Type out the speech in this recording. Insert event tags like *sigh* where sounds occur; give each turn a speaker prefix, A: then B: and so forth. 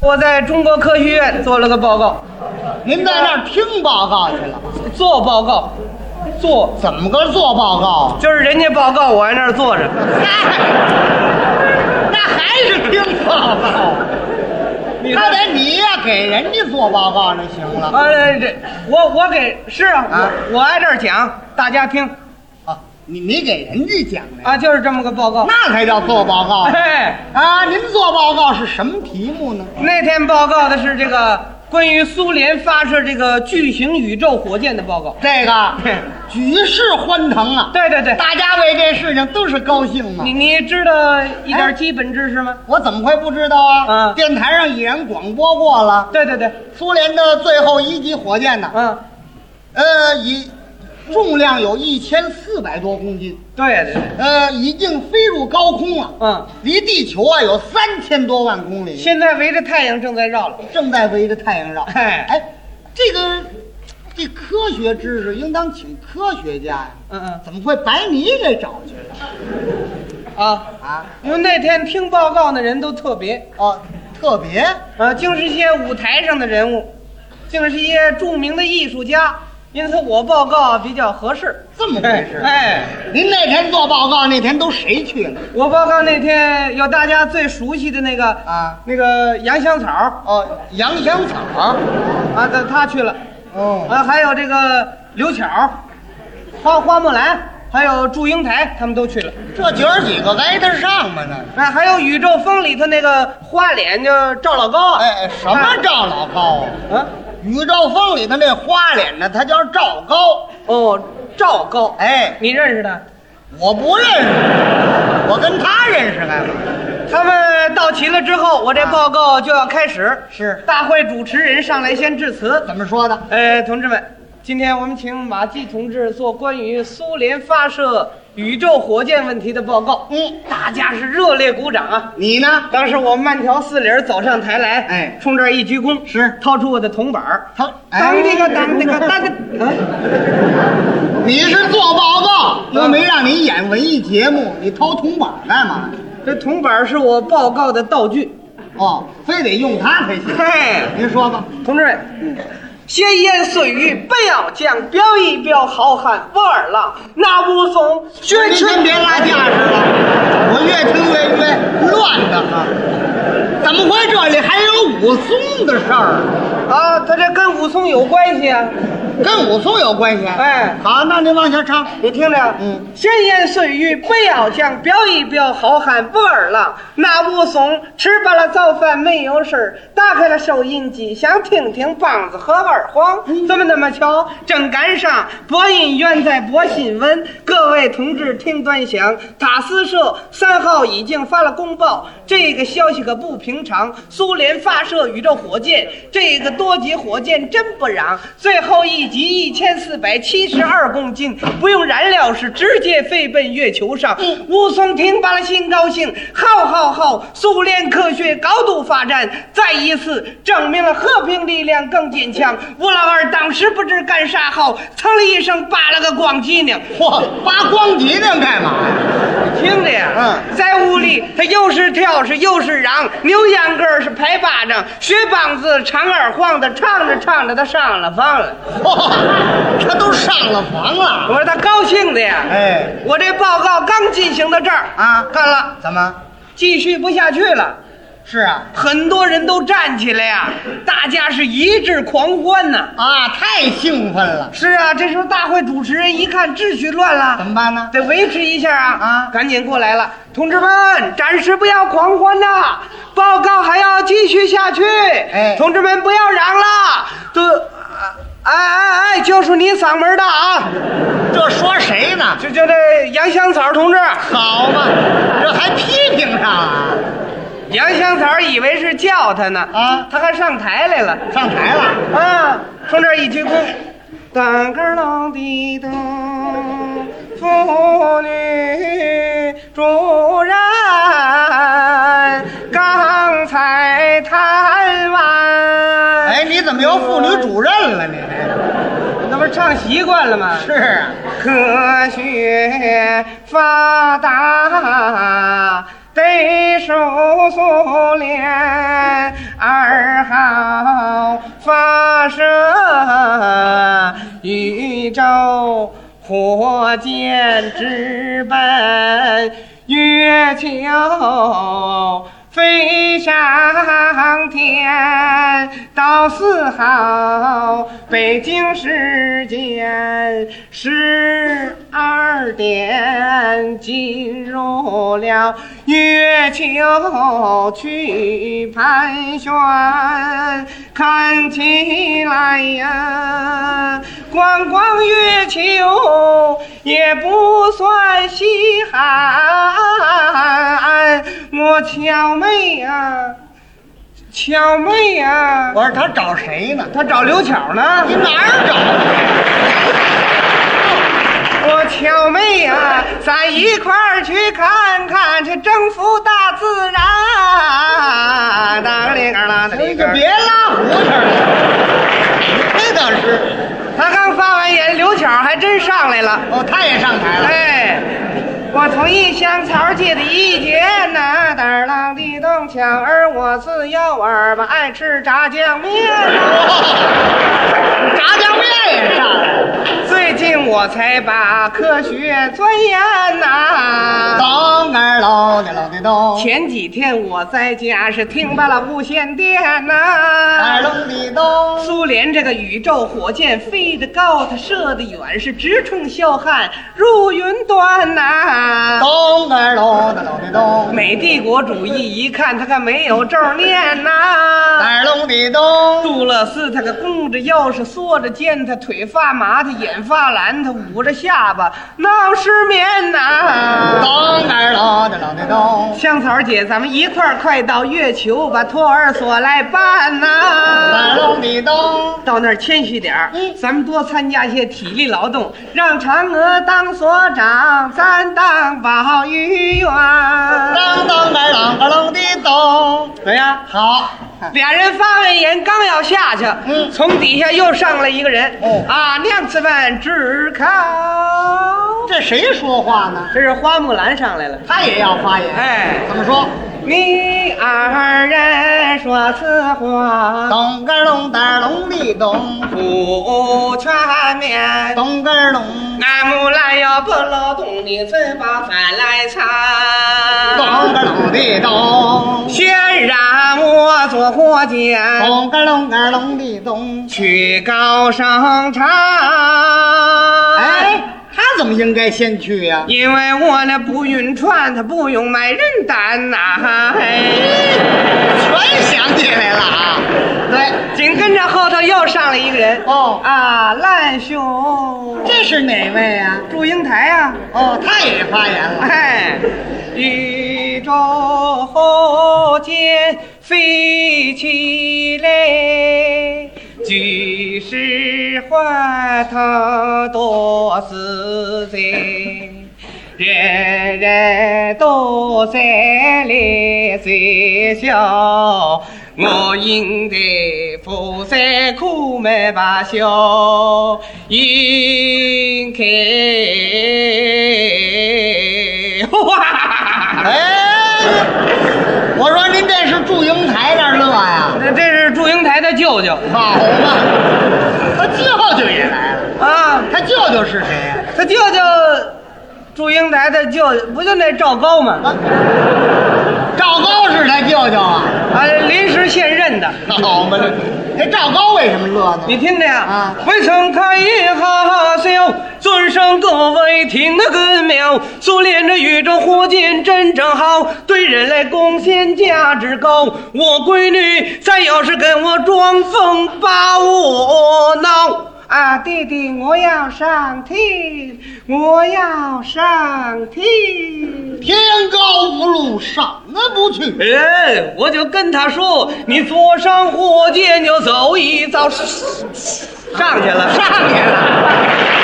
A: 我在中国科学院做了个报告，
B: 您在那儿听报告去了？
A: 做报告，做
B: 怎么个做报告？
A: 就是人家报告，我在那儿坐着。
B: 那还是听报告。
A: 你
B: 那
A: 看
B: 得你呀，给人家做报告那行了。
A: 啊，这我我给是啊，
B: 啊
A: 我我挨这儿讲，大家听
B: 啊，你你给人家讲的，
A: 啊，就是这么个报告。
B: 那才叫做报告
A: 哎，
B: 啊！您做报告是什么题目呢？
A: 那天报告的是这个关于苏联发射这个巨型宇宙火箭的报告。
B: 这 *laughs* 个举世欢腾啊！
A: 对对对，
B: 大家为这事情都是高兴嘛
A: 你。你知道一点基本知识吗？
B: 我怎么会不知道啊？
A: 嗯
B: 电台上已然广播过了，
A: 对对对，
B: 苏联的最后一级火箭呢，
A: 嗯，
B: 呃，以重量有一千四百多公斤，
A: 对对对，
B: 呃，已经飞入高空了，
A: 嗯，
B: 离地球啊有三千多万公里，
A: 现在围着太阳正在绕了。
B: 正在围着太阳绕。
A: 哎
B: 哎，这个这科学知识应当请科学家呀，
A: 嗯嗯
B: 怎么会把你给找去了
A: 啊，
B: 啊？
A: 因为那天听报告的人都特别，
B: 哦，特别
A: 呃，竟是一些舞台上的人物，竟是一些著名的艺术家，因此我报告啊比较合适。
B: 这么回事。
A: 哎，
B: 您那天做报告那天都谁去了
A: 我报告那天有大家最熟悉的那个
B: 啊？
A: 那个洋香草
B: 哦，洋香草。
A: 啊，他他去了。
B: 哦，
A: 啊，还有这个刘巧儿、花花木兰，还有祝英台，他们都去了。
B: 这姐儿几个挨得上吗？那
A: 哎，还有宇宙风里头那个花脸叫赵老高啊。
B: 哎，什么赵老高啊？
A: 啊？
B: 宇宙风里的那花脸呢，他叫赵高。
A: 哦，赵高，
B: 哎，
A: 你认识他？
B: 我不认识，我跟他认识干嘛？
A: 他们到齐了之后，我这报告就要开始。
B: 是
A: 大会主持人上来先致辞。
B: 怎么说的？
A: 呃，同志们，今天我们请马季同志做关于苏联发射宇宙火箭问题的报告。
B: 嗯，
A: 大家是热烈鼓掌啊！
B: 你呢？
A: 当时我慢条斯理儿走上台来，
B: 哎
A: 冲这儿一鞠躬，
B: 是
A: 掏出我的铜板儿，
B: 他哎
A: 当这个当这个当这个，啊
B: *laughs* 你是做报告，
A: 嗯
B: 又没让你演文艺节目，你掏铜板干嘛？
A: 这铜板儿是我报告的道具。
B: 哦，非得用它才行。
A: 嘿，
B: 您说吧。
A: 同志们，闲言碎语不要讲，表一表好汉武二郎，那武松学
B: 您先别拉架势了，我越听越越乱的哈。怎么会这里还有武松的事儿？
A: 啊，他这跟武松有关系啊。
B: 跟武松有关系？
A: 哎
B: 好，那您往下唱。
A: 你听着，
B: 嗯，
A: 闲言碎语不要讲，表一表好汉武二郎。那武松吃罢了早饭没有事儿，打开了收音机，想听听梆子和二黄。怎么那么巧，正赶上播音员在播新闻。各位同志听端详，塔斯社三号已经发了公报，这个消息可不平常。苏联发射宇宙火箭，这个多级火箭真不嚷。最后一级一千四百七十二公斤，不用燃料是直接飞奔月球上。武松听罢了，心高兴，好好好！苏联科学高度发展，再一次证明了和平力量更坚强。吴老二当时不知干啥好，噌的一声扒了个光机灵。
B: 嚯，扒光脊梁干嘛呀？
A: 听着呀，
B: 嗯
A: 在屋里他又是跳是又是嚷，扭秧歌儿是拍巴掌，学梆子长耳晃的，唱着唱着他上了房了。
B: 嚯，这都上了房
A: 我
B: 了。
A: 说他高兴的呀，
B: 哎，
A: 我这报告刚进行到这儿
B: 啊
A: 干了，
B: 怎么？
A: 继续不下去了。
B: 是啊，
A: 很多人都站起来呀、大家是一致狂欢呐、
B: 啊，太兴奋了。
A: 是啊，这时候大会主持人一看秩序乱了，
B: 怎么办呢？
A: 得维持一下啊
B: 啊
A: 赶紧过来了，同志们，暂时不要狂欢呐、报告还要继续下去。
B: 哎
A: 同志们不要嚷了，都，哎哎哎，就是你嗓门大啊！
B: 这说谁呢？
A: 就就这杨香草同志，
B: 好嘛，这还批评上啊了，
A: 杨香草以为是叫他呢，
B: 啊
A: 他还上台来了，
B: 上台了。
A: 啊，从这儿一鞠躬，当个啷滴当，妇女主任，刚才谈完。
B: 哎，，你怎么又妇女主任了？你这
A: 那不是唱习惯了吗？
B: 是啊。
A: 科学发达得受苏联二了发射宇宙火箭直奔月球。飞上天，到四号，北京时间十二点，进入了月球去盘旋，看起来呀，逛逛月球也不算稀罕，我巧妹呀、巧妹呀、
B: 我说他找谁呢？
A: 他找刘巧呢
B: 你。哪儿找？
A: 我巧妹呀、咱一块儿去看看，去征服大自然。当里个啦，当里
B: 你
A: 个
B: 可别拉胡去了，这倒是。
A: 他刚发完言，刘巧还真上来了。
B: 哦，他也上台了。
A: 哎，我从异乡曹借的一节，那胆儿浪地动巧儿，我自幼儿吧爱吃炸酱面啊。
B: 炸酱面也上来了。
A: 最近我才把科学钻研呐、
B: 当儿老的老的咚，
A: 前几天我在家是听罢了无线电呐、
B: 耳隆的咚，
A: 苏联这个宇宙火箭飞得高，它射得远，是直冲霄汉入云端呐、
B: 当儿老的老的咚，
A: 美帝国主义一看，他可没有咒念呐、
B: 耳隆的咚，
A: 杜勒斯他个弓着腰是缩着肩，他腿发麻，他眼发蓝，他捂着下巴闹失眠呐、
B: 当儿老的老的咚，
A: 香草姐，咱们一块儿快到月球吧，托儿所来办呐、
B: 耳隆的咚，
A: 到那儿谦虚点儿，
B: 嗯
A: 咱们多参加些体力劳动，让嫦娥当所长，咱当保育员。
B: 当当儿啷个啷的咚。
A: 怎么样？
B: 好，
A: 俩人发完言，刚要下去，
B: 嗯
A: 从底下又上来一个人，
B: 哦
A: 啊，娘子们只考，
B: 这谁说话呢？
A: 这是花木兰上来了，
B: 他也要发言。
A: 哎
B: 怎么说？
A: 你二人说此话
B: 咚个隆哒隆的咚，
A: 不全面。
B: 咚个隆，
A: 俺木兰要不劳动，你怎把饭来
B: 咚
A: 尝？
B: 个隆的咚，
A: 先让我做火箭，
B: 咚个隆个隆的咚。
A: 去高声唱。
B: 哎，他怎么应该先去呀、
A: 因为我那不晕船，他不用买人单呐、嘿
B: 全想起来了啊！对，
A: 紧跟着后头又上来一个人，
B: 哦
A: 啊，烂兄，
B: 这是哪位呀、
A: 祝英台啊，
B: 哦，他也发言了。
A: 哎，宇宙火箭飞起来，巨石花它多自在，人人都在来在笑。我应在富山苦闷把笑，应该。哇！
B: 哎，我说您这是祝英台那儿乐呀、
A: 这是祝英台的舅舅
B: 好嘛，他舅舅也来了。
A: 啊，
B: 他舅舅是谁呀、
A: 他舅舅祝英台的舅舅不就那赵高吗？
B: 赵高是他舅舅啊。
A: 啊，临时现任的。
B: 好嘛，这这赵高为什么乐呢？
A: 你听着呀，
B: 啊
A: 未曾开一哈笑，尊上各位听得更妙。苏联的宇宙火箭真正好，对人类贡献价值高。我闺女再要是跟我装疯把我闹。啊，弟弟，我要上天，我要上天。
B: 天高无路上啊不去，
A: 哎，我就跟他说，你坐上火箭就走一遭，上去了，
B: 上去了。